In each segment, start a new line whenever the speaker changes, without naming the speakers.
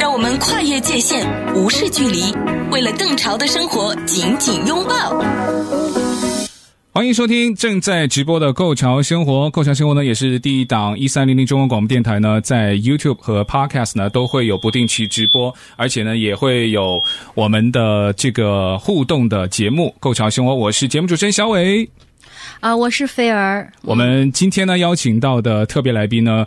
让我们跨越界限，无视距离，为了更潮的生活紧紧拥抱。
欢迎收听正在直播的《购潮生活》。《购潮生活》呢，也是第一档一三零零中文广播电台呢，在 YouTube 和 Podcast 呢都会有不定期直播，而且呢也会有我们的这个互动的节目《购潮生活》。我是节目主持人小伟。
啊，我是菲儿。
我们今天呢邀请到的特别来宾呢，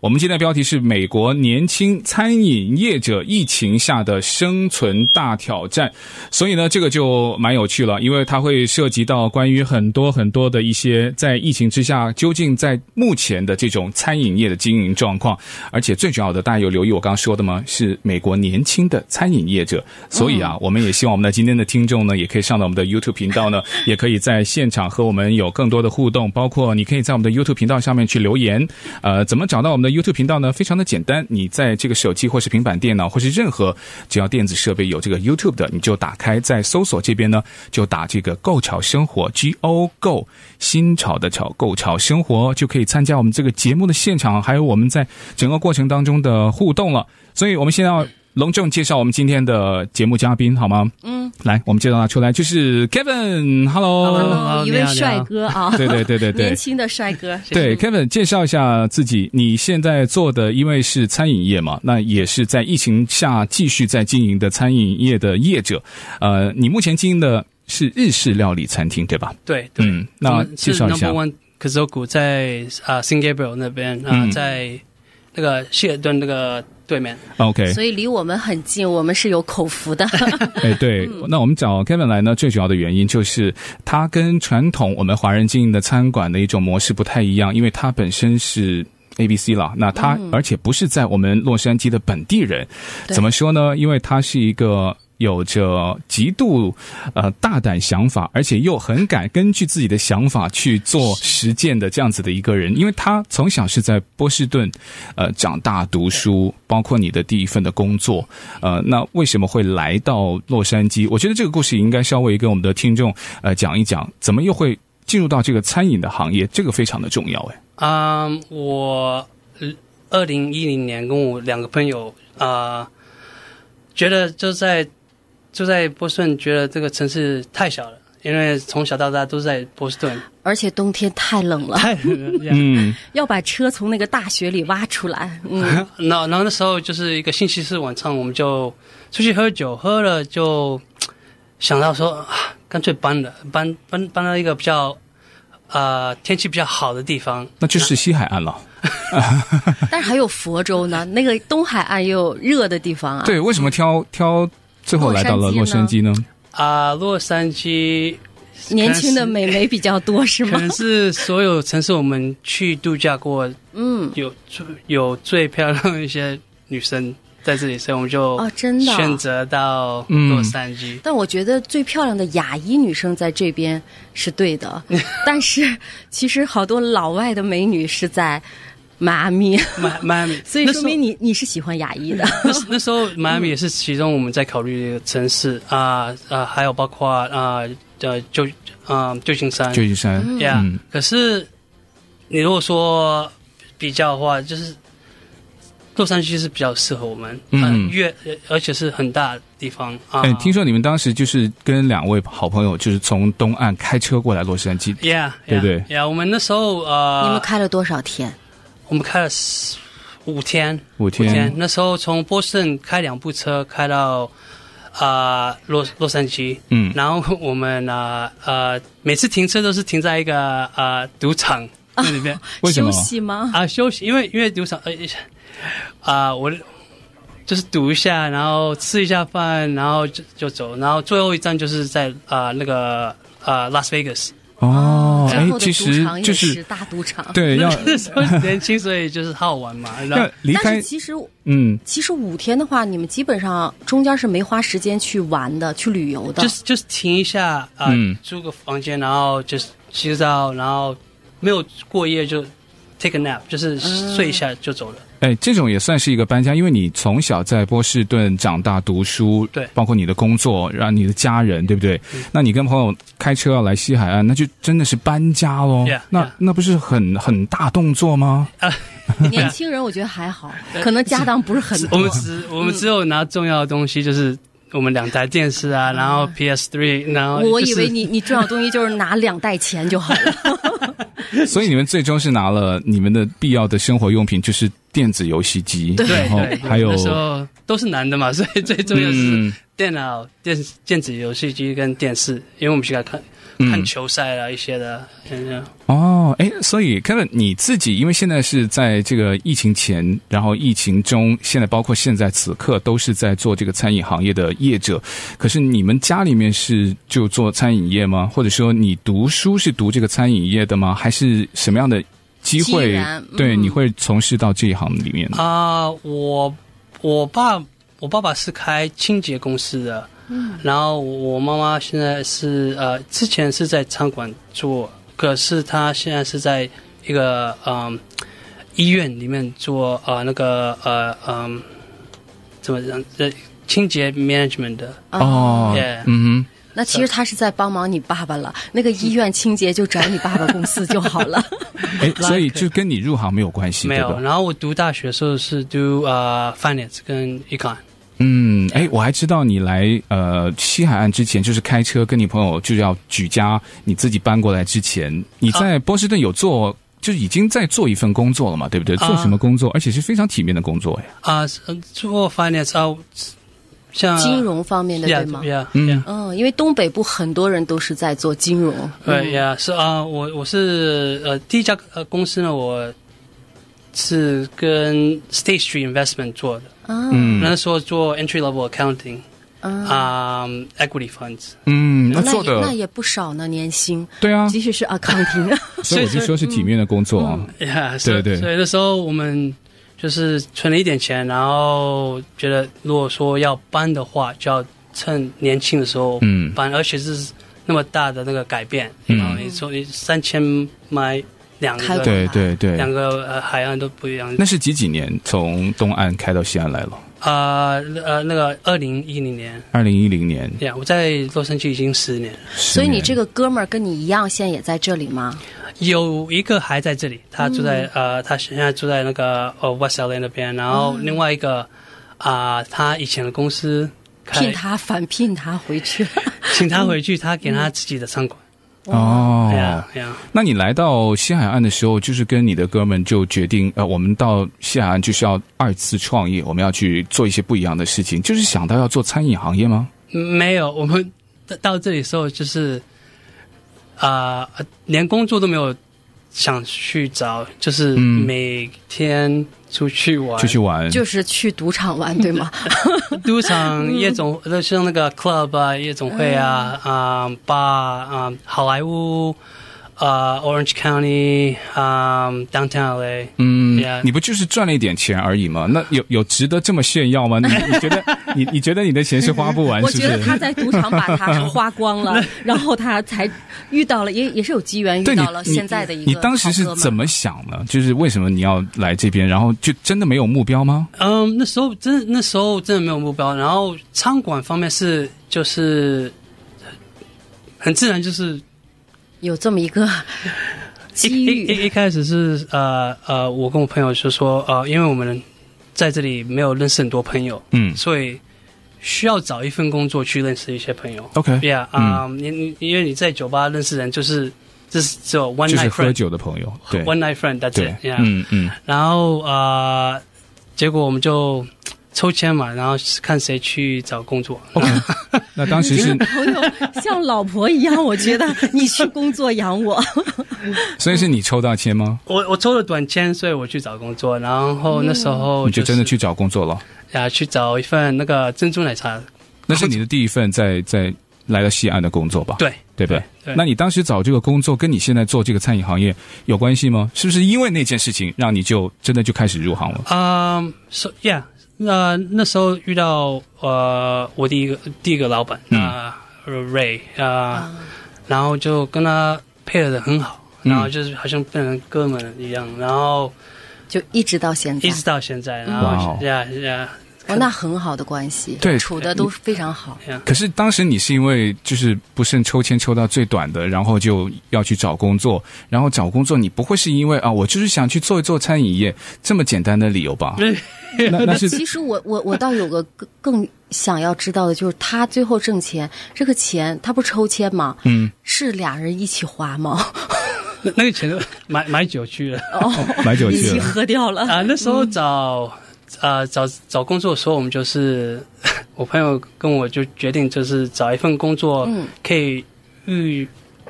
我们今天的标题是“美国年轻餐饮业者疫情下的生存大挑战”，所以呢这个就蛮有趣了，因为它会涉及到关于很多很多的一些在疫情之下究竟在目前的这种餐饮业的经营状况，而且最主要的，大家有留意我刚刚说的吗？是美国年轻的餐饮业者，所以啊，我们也希望我们的今天的听众呢，也可以上到我们的 YouTube 频道呢，也可以在现场和我们有更多的互动，包括你可以在我们的 YouTube 频道上面去留言。呃，怎么找到我们的 YouTube 频道呢？非常的简单，你在这个手机或是平板电脑或是任何只要电子设备有这个 YouTube 的，你就打开，在搜索这边呢，就打这个“购潮生活 ”G O Go 新潮的潮购潮生活，就可以参加我们这个节目的现场，还有我们在整个过程当中的互动了。所以我们现在要隆重介绍我们今天的节目嘉宾，好吗？嗯，来，我们介绍他出来，就是 Kevin，Hello，
嗯一位帅哥啊，
对对对对对，
年轻的帅哥。
对，Kevin，介绍一下自己。你现在做的，因为是餐饮业嘛，那也是在疫情下继续在经营的餐饮业的业者。呃，你目前经营的是日式料理餐厅，对吧？
对对，
嗯，那
我们
介
是
绍一
Number
下。
One Kazoku 在啊、San Gabriel 那边啊、
嗯
在那个希尔顿那个对面。
OK，
所以离我们很近，我们是有口 福的。
哎，对，那我们找 Kevin 来呢，最主要的原因就是他跟传统我们华人经营的餐馆的一种模式不太一样，因为他本身是 A B C 了，那他、而且不是在我们洛杉矶的本地人，
对
怎么说呢？因为他是一个。有着极度呃大胆想法，而且又很敢根据自己的想法去做实践的这样子的一个人，因为他从小是在波士顿呃长大读书，包括你的第一份的工作，呃，那为什么会来到洛杉矶？我觉得这个故事应该稍微跟我们的听众呃讲一讲，怎么又会进入到这个餐饮的行业，这个非常的重要哎。
啊、我二零一零年跟我两个朋友啊、觉得就在就在波士顿，觉得这个城市太小了，因为从小到大都是在波士 顿，
而且冬天太冷了，
太这样
嗯
要把车从那个大雪里挖出来。嗯，
然后然后那时候就是一个星期四晚上，我们就出去喝酒，喝了就想到说啊，干脆搬了，搬搬搬到一个比较呃天气比较好的地方。
那就是西海岸了。
嗯但是还有佛州呢，那个东海岸也有热的地方啊。，
对，为什么挑挑最后来到了洛
洛
杉
杉
矶呢？
啊、洛杉矶
年轻的美眉比较多是
可
吗
能？是所有城市我们去度假过，
嗯，
有最有最漂亮的一些女生在这里，所以我们就
哦真的啊嗯
选择到洛杉 矶。
但我觉得最漂亮的亚裔女生在这边是对 的，但是其实好多老外的美女是在迈阿密，
迈迈阿密，
所以
那
说
时候
明你你是喜欢亚裔的。
那时那时
嗯
候迈阿密也是其中我们在考虑的城市啊啊、还有包括啊呃旧啊、旧金山
旧金山。
，Yeah、
嗯
可是你如果说比较的话，就是洛杉矶是比较适合我们，
嗯
呃越而且是很大的地方啊。
哎，听说你们当时就是跟两位好朋友，就是从东岸开车过来洛杉矶。
Yeah，
对不对
y e a h 我们那时候呃，
你们开了多少天？
我们开了十五天，
五天
那时候从波士顿开两部车开到啊、呃洛洛杉矶，
嗯
然后我们啊呃每次停车都是停在一个呃赌场那里 边
为什么
休息吗？
啊、休息，因为因为赌场呃啊、我就是赌一下，然后吃一下饭，然后就就走，然后最后一站就是在啊、呃那个啊、呃、Las Vegas。
哦，
哎
然后的
其实
赌场
就
也
是
大赌场。
对， 要
那时候年轻，所以就是好玩嘛。然后
要离
但
开
是，其实
嗯，
其实五天的话，你们基本上中间是没花时间去玩的，去旅游的。
就是就是停一下啊、
嗯
租个房间，然后就是洗澡，然后没有过夜就 take a nap，就是
嗯
睡一下就走 了。
哎，这种也算是一个搬家，因为你从小在波士顿长大读书，
对
包括你的工作，然后你的家人，对不对？
嗯
那你跟朋友开车要来西海啊岸，那就真的是搬家喽。
Yeah,
那
yeah
那不是很很大动作吗？
啊
年轻人我觉得还好，可能家当不是很
我
多
们。只我们只有拿重要的东西，就是我们两台电视啊，然后 PS Three，然后、就是、
嗯我以为你你重要东西就是拿两袋钱就 好了。
嗯
所以你们最终是拿了你们的必要的生活用品，就是电子游戏机，
对
然
对
后
对，
还有
那时候都是男的嘛， 所以最重要是
嗯
电脑、电电子游戏机跟电视，因为我们喜欢看
嗯
看球赛啊一些的。嗯
哦，哎，所以 Kevin 你自己，因为现在是在这个疫情前，然后疫情中，现在包括现在此刻都是在做这个餐饮行业的业者。可是你们家里面是就做餐饮业吗？或者说你读书是读这个餐饮业的吗？还是什么样的机
机
会？
缘嗯
对，你会从事到这一行里面呢？
啊、我我爸我爸爸是开清洁公司的，嗯，然后我妈妈现在是呃之前是在餐馆做，可是她现在是在一个嗯、医院里面做呃那个呃嗯、怎么讲呃清洁 management 的，
哦
Yeah
嗯
那其实他是在帮忙你爸爸了。那个医院清洁就找你爸爸公司就好 了。
哼，哎，所以就跟你入行没有关系，
没
对
有。
吧？
然后我读大学的时候是读呃 finance 跟 econ，
嗯，哎，我还知道你来呃西海岸之前，就是开车跟你朋友就要举家你自己搬过来之前，你在波士顿有做，就已经在做一份工作了嘛，对不对？
啊
做什么工作？而且是非常体面的工作呀。哎
啊、呃做 finance 啊、像
金融方面的对
yeah
吗？
yeah
嗯
yeah
嗯，因为东北部很多人都是在做金融。
嗯
对呀，是啊，我我是呃第一家呃公司呢，我是跟 State Street Investment 做的，
嗯
嗯
那时候做 entry level accounting
嗯，
啊、equity funds，
嗯，那
那
做
也那
的
也不少呢，年薪。
对啊，
即使是 accounting，
所以我就说是体面的工作啊。
呀，所以
对对
所以那时候我们就是存了一点钱，然后觉得如果说要搬的话，就要趁年轻的时候
嗯
搬，而且是那么大的那个改变，
嗯
然后你说你三千买两
开阔
个
对对对，
嗯两个呃海岸都不一样，
那是几几年从东岸开到西岸来了？
啊呃那个二零一零年，
二零一零年，
呀、我在洛杉矶已经十年了，
所
所以你这个哥们儿跟你一样，现在也在这里吗？
有一个还在这里，他住
嗯
在、呃他现在住在那个呃 West LA 那边，然后另外一个啊、他以前的公司
聘
开
他反聘他 回去，
请他回去，他给他自己的餐馆。
哦
哎呀哎呀，
那你来到西海岸的时候，就是跟你的哥们就决定，呃，我们到西海岸就是要二次创业，我们要去做一些不一样的事情，就是想到要做餐饮行业吗？
没有，我们到到这里的时候就是啊、呃连工作都没有想去找，就是
嗯
每天出去玩，
出去玩，
呃就是去赌场玩，对吗？
赌场、夜总，
嗯
呃像那个 club 啊、夜总会啊、啊、吧啊、好莱坞啊、Orange County 啊、Downtown LA。
嗯
呃
Yeah
你不就是赚了一点钱而已吗？那有有值得这么炫耀吗？你 你觉得你你觉得你的钱是花不完，
我
是不
觉得他
是？
在赌场把
哎
他花光 了，然后他才遇到了，也也是有机缘
对
遇
你
到了
你
现在的一个
你当时是
好哥们儿
怎么想呢？就是为什么你要来这边？然后就真的没有目标吗？
嗯，那时候真的那时候真的没有目标，然后餐馆方面是就是很自然，就是
有这么 一个
一
机
一
遇？
一一开始是呃呃，我跟我朋友就说呃，因为我们在这里没有认识很多朋友，
嗯
所以需要找一份工作去认识一些朋友。
，OK，嗯
Yeah，啊、你你因为你在酒吧认识人，就是就是只有 one
就是
night
喝
friend，one
酒的朋友，对
night friend，that's
对
it。，Yeah，、
嗯嗯
然后啊、呃结果我们就抽签嘛，然后看谁去找工作。
，OK。那 当时是
朋友像老婆一样，我觉得你去工作养我。
所以是你抽到签吗？
我我抽了短签，所以我去找工作。然后那时
嗯
候
你就
就是
真的去找工作了？
啊去找一份那个珍珠奶茶。
那是你的第一份在在来到西安的工作吧？
对
对吧？
对对
那你当时找这个工作，跟你现在做这个餐饮行业有关系吗？是不是因为那件事情，让你就真的就开始入行了？
嗯，so yeah，那那时候遇到呃我第一个第一个老板
嗯
啊、呃 Ray 啊、然后就跟他配合的很好，
嗯
然后就是好像变成哥们一样，然后
就一直到现在
一，直到现在，然
哇哦
后呀 呀
哦，那很好的关系，
对
处的都非常好。
呀，
可是当时你是因为就是不慎抽签抽到最短的，然后就要去找工作，然后找工作你不会是因为啊，我就是想去做一做餐饮业这么简单的理由 吧？那那是
其实我我我倒有个更更想要知道的就是，他最后挣钱，这个钱他不是抽签吗？
嗯，
是俩人一起花吗？
那那个钱都买买酒去了
买酒
一
去
起
了。
喝掉了。
啊、那时候找。啊、找找工作的时候，我们就是 我朋友跟我就决定，就是找一份工作，
嗯
可以遇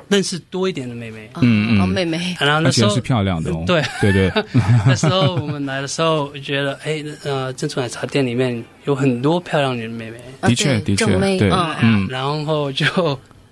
认识多一点的妹妹。
嗯嗯
哦，妹妹，
然后那
而
时
且
候
是漂亮的哦，
对
对对，
那时候我们来的时候，我觉得哎，呃，珍珠奶茶店里面有很多漂亮的妹妹，
啊
的确的
对
确
正妹，
对
嗯
嗯
然后就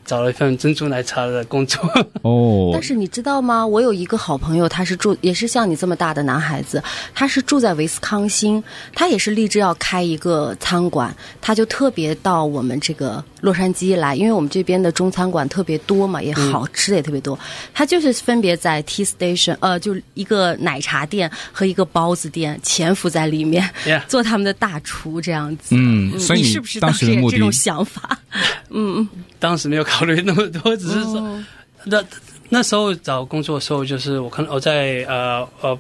找了一份珍珠奶茶的工 作。
哦，
但是你知道吗？我有一个好朋友，他是住也是像你这么大的男孩子，他是住在维斯康星，他也是立志要开一个餐馆，他就特别到我们这个洛杉矶来，因为我们这边的中餐馆特别多嘛，也
嗯
好吃的也特别多。他就是分别在 Tea Station，呃，就一个奶茶店和一个包子店潜伏在里面
Yeah
做他们的大厨这样子。
嗯，所以
你是不是
当
当
时
时
的
也
目
这种
的
想法？
当时没有考虑那么多，只是说、那那时候找工作的时候，就是我看我在呃呃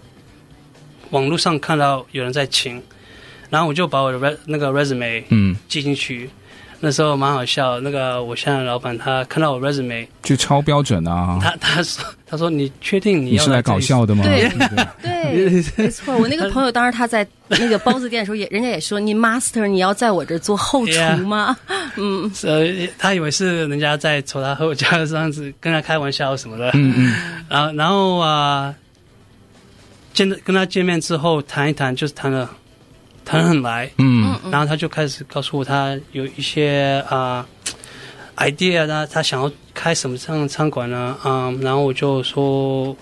网络上看到有人在请，然后我就把我的 re 那个 resume
嗯，
寄进去。那时候蛮好笑，那个我现在的老板他看到我 resume，
就超标准啊。
他他说他说你确定你
你
要
是来
这里
搞笑的吗？
对
对嗯
对，没错。我那个朋友当时他在那个包子店的时候也，人家也说你 master 你要在我这儿做后厨吗？
呃，他以为是人家在瞅他后脚这样子，跟他开玩笑什么的。
嗯嗯，
然后，然后啊，见跟他见面之后谈一谈，就是谈了，谈得很来。
嗯
然后他就开始告诉我，他有一些啊、idea 呢，他想要开什么样的餐馆呢？嗯，然后我就说，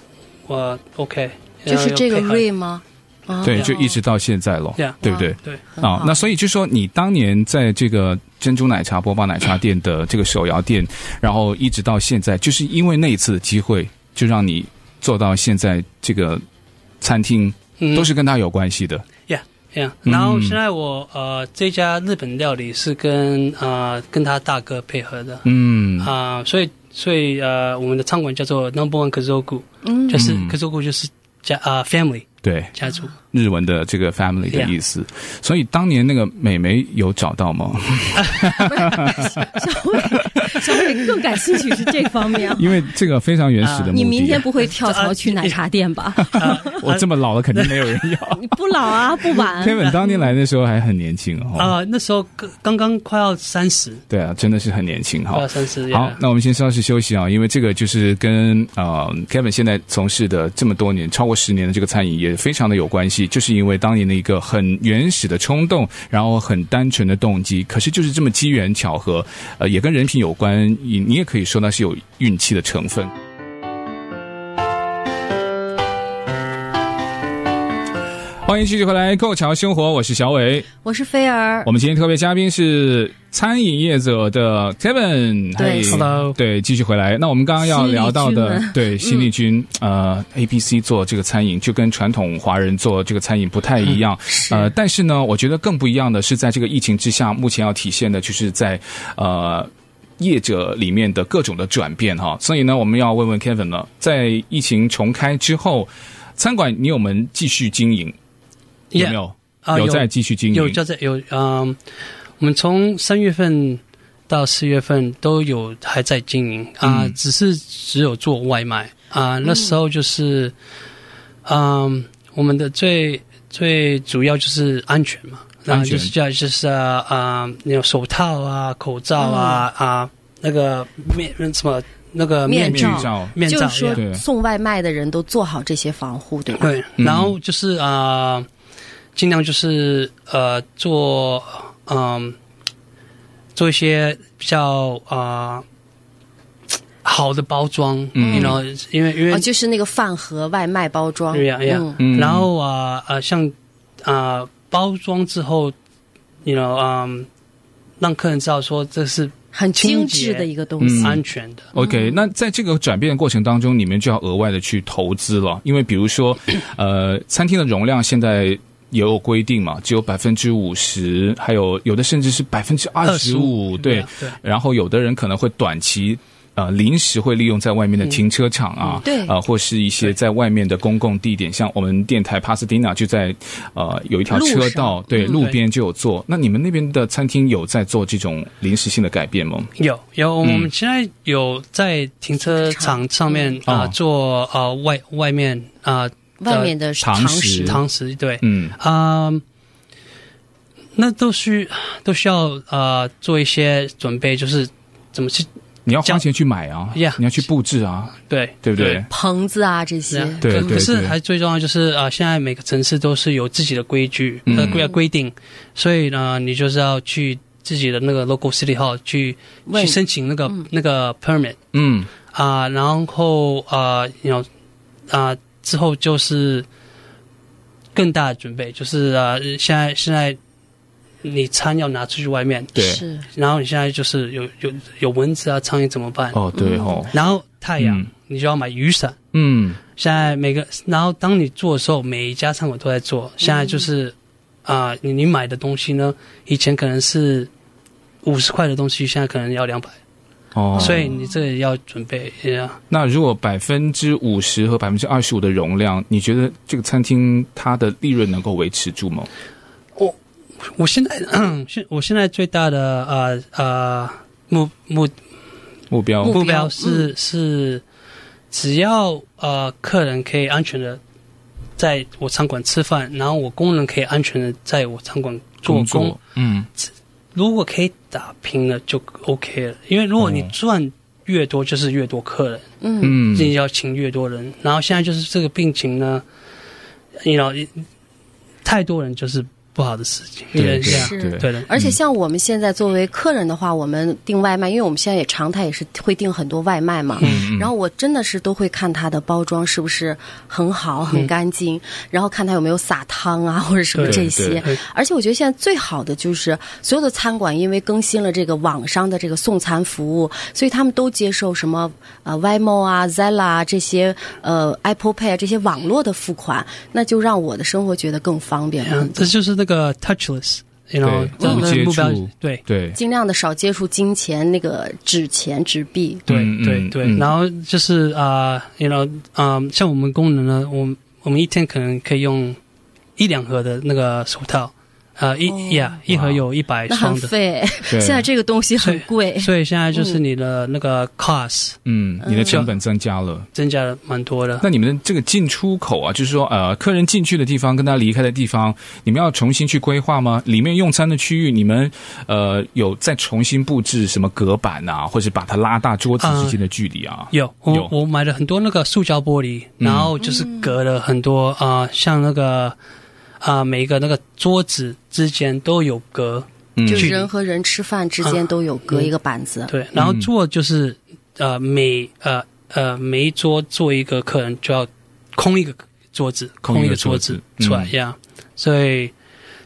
我 OK，
就是这个
要配合
Ray 吗？啊
对，就一直到现在咯，
Yeah
对不对？
对。
很
啊
好，
那所以就说你当年在这个珍珠奶茶、波霸奶茶店的这个手摇店，然后一直到现在，就是因为那一次的机会，就让你做到现在这个餐厅，
嗯
都是跟他有关系的。
Yeah，
嗯
然后现在我呃这家日本料理是跟啊跟他大哥配合的，
嗯
啊、所以所以呃，我们的餐馆叫做 Number One Kazoku，、
嗯
就是
嗯
Kazoku 就是家啊、family
对，
家族，
日文的这个 family 的
Yeah
意思。所以当年那个美眉有找到吗？
小慧，啊 小慧更感兴趣是这方 面。啊
因为这个非常原始
啊
的目的。
你明天不会跳槽去奶茶店 吧？
嗯 我这么老了，肯定没有人要。
你不老啊，不晚。
Kevin 当年来的时候还很年轻哦，
啊、那时候刚刚刚快要三十，
对啊，真的是很年轻哈
快。要三十，
好，那我们先稍事休息啊，因为这个就是跟呃 Kevin 现在从事的这么多年，超过十年的这个餐饮业非常的有关系，就是因为当年的一个很原始的冲动，然后很单纯的动机，可是就是这么机缘巧合，呃，也跟人品有关，你你也可以说它是有运气的成分。欢迎继续回来，购潮生活，我是小伟。
我是菲儿
我，们今天特别嘉宾是餐饮业者的 Kevin，
对
嘿
Hello
对，继续回来。那我们刚刚要聊到
新力
的
啊
军，们
嗯
对新力军，呃，A B C 做这个餐饮就跟传统华人做这个餐饮不太一
嗯
样，
是
呃，但是呢，我觉得更不一样的是，在这个疫情之下，目前要体现的就是在呃。业者里面的各种的转变哈，所以呢，我们要问问 Kevin 了，在疫情重开之后，餐馆你有没有继续经营？有没
Yeah，
有？
啊有
在继续经营？
有叫在有嗯、我们从三月份到四月份都有还在经营啊、
嗯
只是只有做外卖啊、
嗯
那时候就是嗯、我们的最最主要就是安全嘛，
安
然后
全
就是叫就是啊啊，那种手套啊、口罩啊、啊那个面什么那个
嗯
面
面
具
面
罩
罩。
面
就
罩
是说
对
送外卖的人都做好这些防护，对吧？
对，然后就是啊、呃尽量就是呃做嗯、做一些比较啊、呃呃好的包装，嗯，然后因为因为
啊，就是那个饭盒外卖包装，
对呀对呀
嗯，
嗯
然后啊啊，像啊包装之后，you know，嗯，让客人知道说这是
很精致的一个东西。
安全的。
OK，那在这个转变的过程当中，你们就要额外的去投资了，因为比如说，呃，餐厅的容量现在也有规定嘛，只有百分之五十，还有有的甚至是百分之二十五，嗯对
对。对
然后有的人可能会短期。呃，临时会利用在外面的停车场啊，
嗯对
啊、或是一些在外面的公共地点，像我们电台帕斯蒂娜就在呃有一条
路
车
上
道，对，路边就有做。那你们那边的餐厅有在做这种临时性的改变吗？
有有，我们现在有在停车场上面啊、
哦
做啊、外外面啊、
外面的
堂食
食，
堂食对
嗯，
啊、那都需都需要啊、做一些准备，就是怎么去
你要花钱去买啊
Yeah
你要去布置啊，
对
对不对？
棚子啊这
是
些
啊，
对
可
对
可是
对
还最重要就是啊、现在每个城市都是有自己的规矩呃
嗯
规规定，所以呢，你就是要去自己的那个 local city hall 去
问
去申请那个、那个 permit
嗯
啊、然后啊，然后啊之后就是更大的准备，就是啊、呃现在现在你餐要拿出去外面，
对
是
然后你现在就是有有有蚊子啊苍蝇怎么办？
哦，对哦，
然后太阳、
嗯
你就要买雨伞。
嗯
现在每个，然后当你做的时候，每一家餐馆都在做。现在就是，
嗯
啊、你你买的东西呢，以前可能是五十块的东西，现在可能要两百、
哦，
所以你这个要准备呀。
那如果百分之五十和百分之二十五的容量，你觉得这个餐厅它的利润能够维持住吗？
我现在， 现我现在最大的呃呃目目
目标嗯
目标
目标是、是，只要呃客人可以安全的在我餐馆吃饭，然后我工人可以安全的在我餐馆做
工
工，
作，嗯
如果可以打平了就 OK 了，因为如果你
哦
赚越多，就是越多客人，
嗯，
嗯
你要请越多人。然后现在就是这个病情呢，你 you know, 太多人就是不好的事情，
对
这样
是
对
对的，嗯
而且像我们现在作为客人的话，我们订外卖，因为我们现在也常态也是会订很多外卖嘛。
嗯
然后我真的是都会看它的包装是不是很好、很干净，然后看它有没有撒汤啊 或者什么
对
这
对
些
嗯对。
而且我觉得现在最好的就是所有的餐馆，因为更新了这个网上的这个送餐服务，所以他们都接受什么呃 Venmo 啊、Zelle 啊这些呃 Apple Pay 啊这些网络的付款，那就让我的生活觉得更方便了
嗯
很，多
这。就是那个 touchless，you know，
对
我
无
们
接
的目标
触
对
对
尽量的少接触金钱，那个纸钱、纸币。
对
嗯
对
嗯
对
嗯，
然后就是啊，you know，嗯，像我们工人呢，我们我们一天可能可以用一两盒的那个手套，啊一呀一盒有一百
哦那很
双的。
费，
对
现在这个东西很贵，
所以现在就是
嗯
你的那个 cost
嗯，
呃
你的成本增加了。
增加了蛮多的。
那你们的这个进出口啊，就是说，呃，客人进去的地方跟他离开的地方，你们要重新去规划吗？里面用餐的区域，你们呃有再重新布置什么隔板啊，或者把它拉大桌子之间的距离啊？
有
有嗯
我我买了很多那个塑胶玻璃，然后就是
嗯
隔了很多啊、呃像那个啊、呃每一个那个桌子之间都有隔，
嗯
就是
距离
人和人吃饭之间都有隔一个板子。
对，然后
嗯
做就是呃每呃呃每一桌做一个客人就要空一个桌子，
空一个
空一个桌
桌子
出来
嗯
呀，所以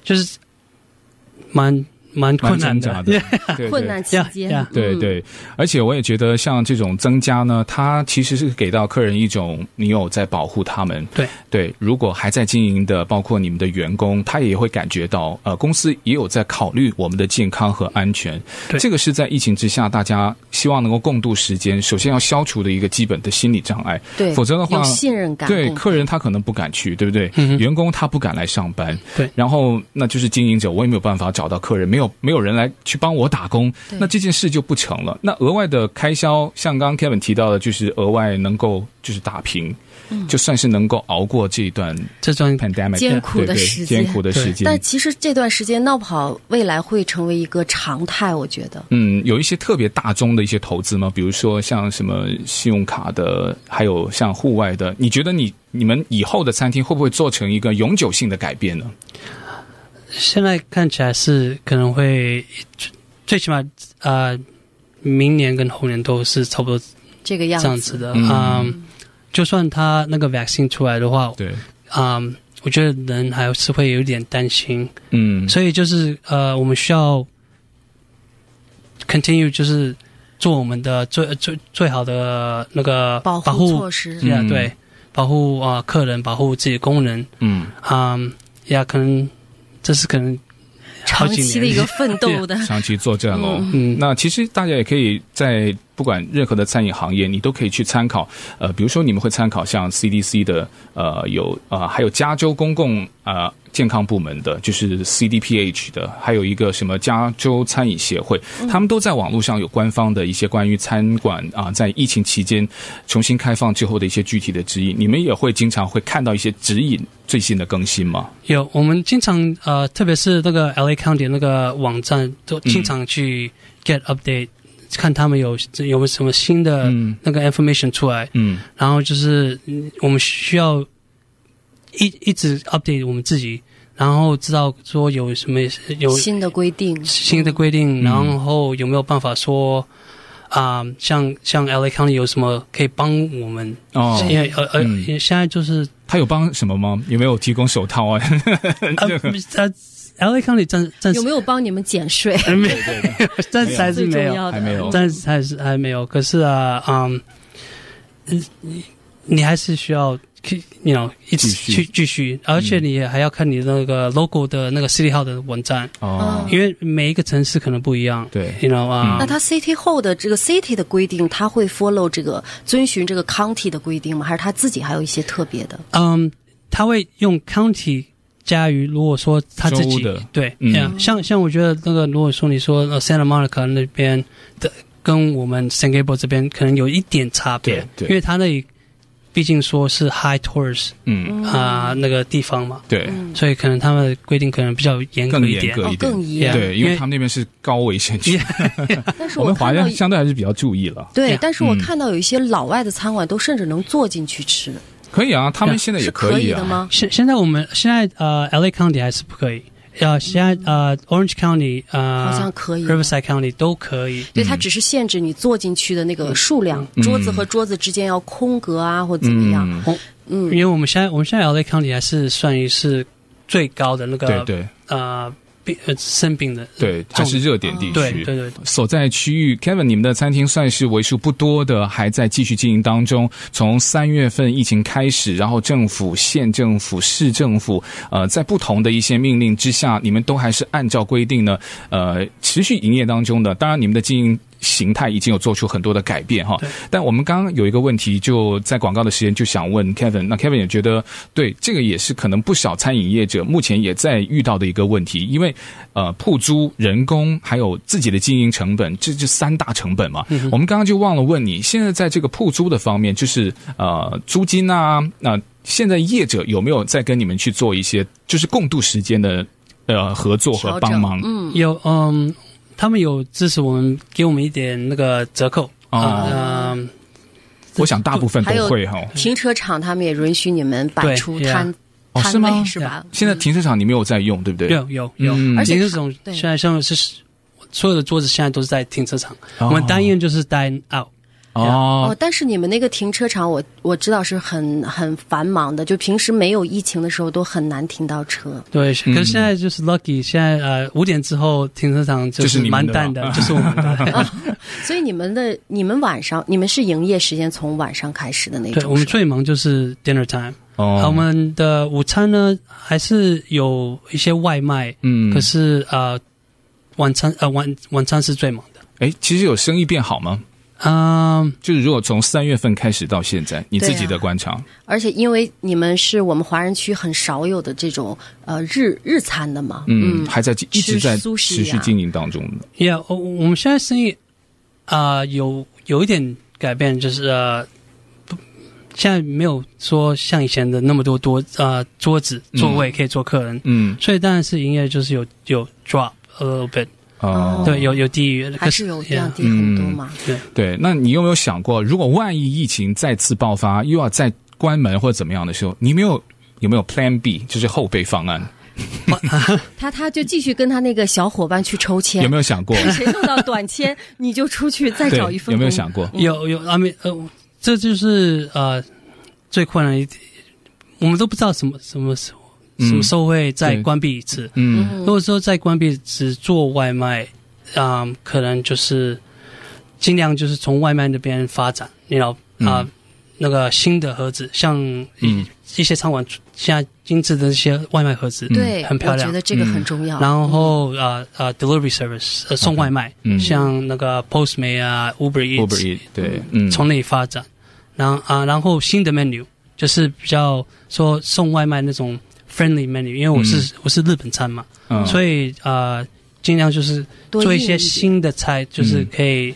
就是蛮蛮
蛮
困难
挣扎
的，
的，对对
困难期间
Yeah, yeah.，
对
嗯，
对，而且我也觉得像这种增加呢，它其实是给到客人一种你有在保护他们。
对
对，如果还在经营的，包括你们的员工，他也会感觉到，呃，公司也有在考虑我们的健康和安全。
对
这个是在疫情之下，大家希望能够共度时间，首先要消除的一个基本的心理障碍。
对
否则的话
有信任感，
对
共
客人他可能不敢去，对不对？
嗯哼
员工他不敢来上班，
对
然后那就是经营者，我也没有办法找到客人，没有没有人来去帮我打工，
对
那这件事就不成了。那额外的开销，像刚刚 Kevin 提到的，就是额外能够就是打平，就算是能够熬过这一段
这段
pandemic
艰苦的
对对
时间
艰苦的时间。
但其实这段时间闹不好，未来会成为一个常态，我觉得。
嗯，有一些特别大宗的一些投资吗？比如说像什么信用卡的，还有像户外的，你觉得你你们以后的餐厅会不会做成一个永久性的改变呢？
现在看起来是可能会最最起码呃，明年跟后年都是差不多
这个样
这样子的。嗯，就算他那个 vaccine 出来的话，
对，
嗯，我觉得人还是会有点担心，
嗯，
所以就是呃，我们需要 continue 就是做我们的最最最好的那个
保护
护
措施。
对啊
嗯
对，保护啊、呃客人，保护自己工人，
嗯，
嗯，呀，可能这是可能好
长
几
期
年
的一个奋 斗 的
长期作战喽。
嗯
哦那其实大家也可以在不管任何的餐饮行业，你都可以去参考。呃，比如说你们会参考像 CDC 的，呃，有呃，还有加州公共呃健康部门的，就是 CDPH 的，还有一个什么加州餐饮协会，他们都在网络上有官方的一些关于餐馆啊、在疫情期间重新开放之后的一些具体的指引。你们也会经常会看到一些指引最新的更新吗？
有，我们经常呃，特别是那个 LA County 那个网站，都经
嗯
常去 get update，、看他们有有没有什么新的
嗯
那个 information 出来，
嗯
然后就是嗯我们需要一一直 update 我们自己，然后知道说有什么有
新的规定，
新的规定，然后有没有办法说啊、像像 LA County 有什么可以帮我们？
哦，
因为呃呃，
嗯
现在就是
他有帮什么吗？有没有提供手套啊？
呃呃，LA County 暂暂时
有没有帮你们减税？
对对对。
暂时还是
最重
没有，
要的
还没有
暂时还是还没有。可是啊，嗯，你你还是需要去，你 you know 一直
继续嗯
去继续，而且你也还要看你那个 logo 的那个 city hall 的网站，
哦，
因为每一个城市可能不一样。
对嗯
，you know 啊、
那它 city 后的这个 city 的规定，它会 follow 这个遵循这个 county 的规定吗？还是它自己还有一些特别 的？
嗯，他会用 county 加于，如果说他自己
州的
对，
嗯
yeah，像像我觉得那个，如果说你说呃 Santa Monica 那边的跟我们 San Gabriel 这边可能有一点差别，
对对
因为他那里毕竟说是 high tourist
嗯，
啊、那个地方嘛，
对，
所以可能他们的规定可能比较严格
更
一
严
点。
格一
哦嗯更
点。
严
对，因
因
为
为
他们那边是高危险区，
但是
我们华
看到
人相对还是比较注意 了。
对
Yeah，
但是我
嗯
看到有一些老外的餐馆都甚至能坐进去吃，
可以啊，他们现在也
是可
以
的
啊。
吗？
现现在我们现在呃 LA County 还是不可以，呃现在呃 Orange County 呃
好像可以
Riverside County 都可以。
对，它只是限制你坐进去的那个数量，桌子和桌子之间要空格啊，或怎么样。
嗯，
我嗯，因为我们现在我们现在 LA County 还是算于是最高的那个
对对
呃病呃生病的
对，还是热点地
对
区。
对对
所在区域，Kevin，你们的餐厅算是为数不多的还在继续经营当中。从三月份疫情开始，然后政府、县政府、市政府，呃，在不同的一些命令之下，你们都还是按照规定呢，呃，持续营业当中的。当然，你们的经营。形态已经有做出很多的改变哈，但我们刚刚有一个问题，就在广告的时间就想问 Kevin，那 Kevin 也觉得对这个也是可能不少餐饮业者目前也在遇到的一个问题，因为呃铺租、人工还有自己的经营成本，这这三大成本
嗯
嘛。我们刚刚就忘了问你，现在在这个铺租的方面，就是呃租金啊，那、现在业者有没有在跟你们去做一些就是共度时间的呃合作和
调
帮
整
忙？
嗯，
有嗯，他们有支持我们给我们一点那个折扣
哦
啊嗯
我想大部分
还有嗯
都会哈。
停车场他们也允许你们摆
对
出
yeah
摊
哦是
摊
吗
位是吧？
现在停车场你没有在用，对不对？
有有有，
嗯
而且
这
它
种
对
现在像是所有的桌子现在都是在停车场，
哦
我们单验就是 dine out，
哦
哦，，但是你们那个停车场我，我知道是很很繁忙的，就平时没有疫情的时候都很难停到车。
对。可
嗯
是现在就是 lucky，现在呃五点之后停车场就
就是
是
你们
蛮
的
淡
了
的，就是我们
哦
的。
所以你们的你们晚上你们是营业时间从晚上开始的那种
对，我们
是吧
最忙就是 dinner time，
哦
我们的午餐呢还是有一些外卖，
嗯
可是呃晚餐呃晚晚餐是最忙的。
哎，其实有生意变好吗？
嗯，
就是如果从三月份开始到现在，你
对啊
自己的观察，
而且因为你们是我们华人区很少有的这种呃日日餐的嘛，
嗯，还在一直在
吃
持
sushi
续
啊
经营当中的。
Yeah，我我们现在生意啊、呃有有一点改变，就是呃，不，现在没有说像以前的那么多多呃桌子座位可以坐客人，
嗯，
所以当然是营业就是有有 drop a little bit，、
哦，
对，有有低于，
还
可
是有
这
量低很多嘛。
对，那你有没有想过，如果万一疫情再次爆发，又要再关门或者怎么样的时候，你没有有没有 Plan B，就是后备方案？
他他就继续跟他那个小伙伴去抽签，
有没有想过？
看谁弄到短签，你就出去 再
对
找一，份
有没有
工
想过？
有有啊没呃，这就是呃最困难一点，我们都不知道什么什么时候
嗯
什么时候会再
对
关闭一次。
嗯
如果说再关闭只做外卖，啊、可能就是尽量就是从外卖那边发展，你要啊、
嗯
那个新的盒子，像
嗯
一些餐馆现在精致的一些外卖盒子，
嗯
对，
很漂亮
我觉得这个很重要。
然后啊啊、delivery service、呃、送外卖，
嗯
像那个 Postmate 啊 Uber Eats，
，Uber Eats，对，嗯，
从那里发展。然后啊，然后新的 menu 就是比较说送外卖那种 friendly menu，因为我是、我是日本餐嘛，
嗯
所以啊、呃尽量就是
多
做一
应
些
用
新的菜，就是可以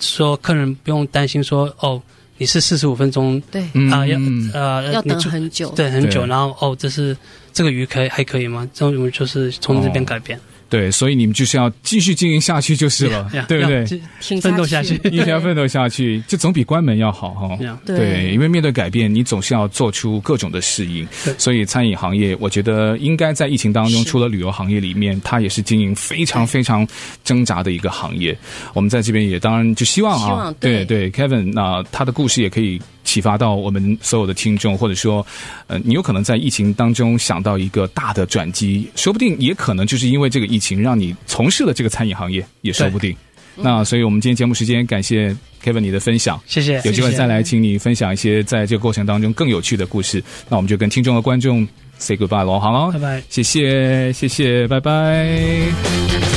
说客人不用担心说哦，你是四十五分钟
对，
嗯
啊、要
嗯
呃
要
你
等
做
很久。
对很久，
对
然后哦这是这个鱼可以还可以吗？这种我们就是从这边
哦
改变，
对，所以你们就是要继续经营下去就是了
Yeah，，
对不对
要？就
挺
奋斗下
去
去。
一天奋斗下去，这总比关门要好哈。
Yeah
对
因为面对改变，你总是要做出各种的适应。
对
所以餐饮行业，我觉得应该在疫情当中，除了旅游行业里面，它也是经营非常非常挣扎的一个行业。我们在这边也当然就希望啊，
希望
对
对
对，Kevin，那、他的故事也可以。启发到我们所有的听众，或者说，呃，你有可能在疫情当中想到一个大的转机，说不定也可能就是因为这个疫情让你从事了这个餐饮行业，也说不定。那所以，我们今天节目时间，感谢 Kevin 你的分享，
谢谢，
有机会
谢谢
再来，请你分享一些在这个过程当中更有趣的故事。那我们就跟听众和观众 say goodbye 喽，好喽，
拜拜。
谢谢，谢谢，拜拜。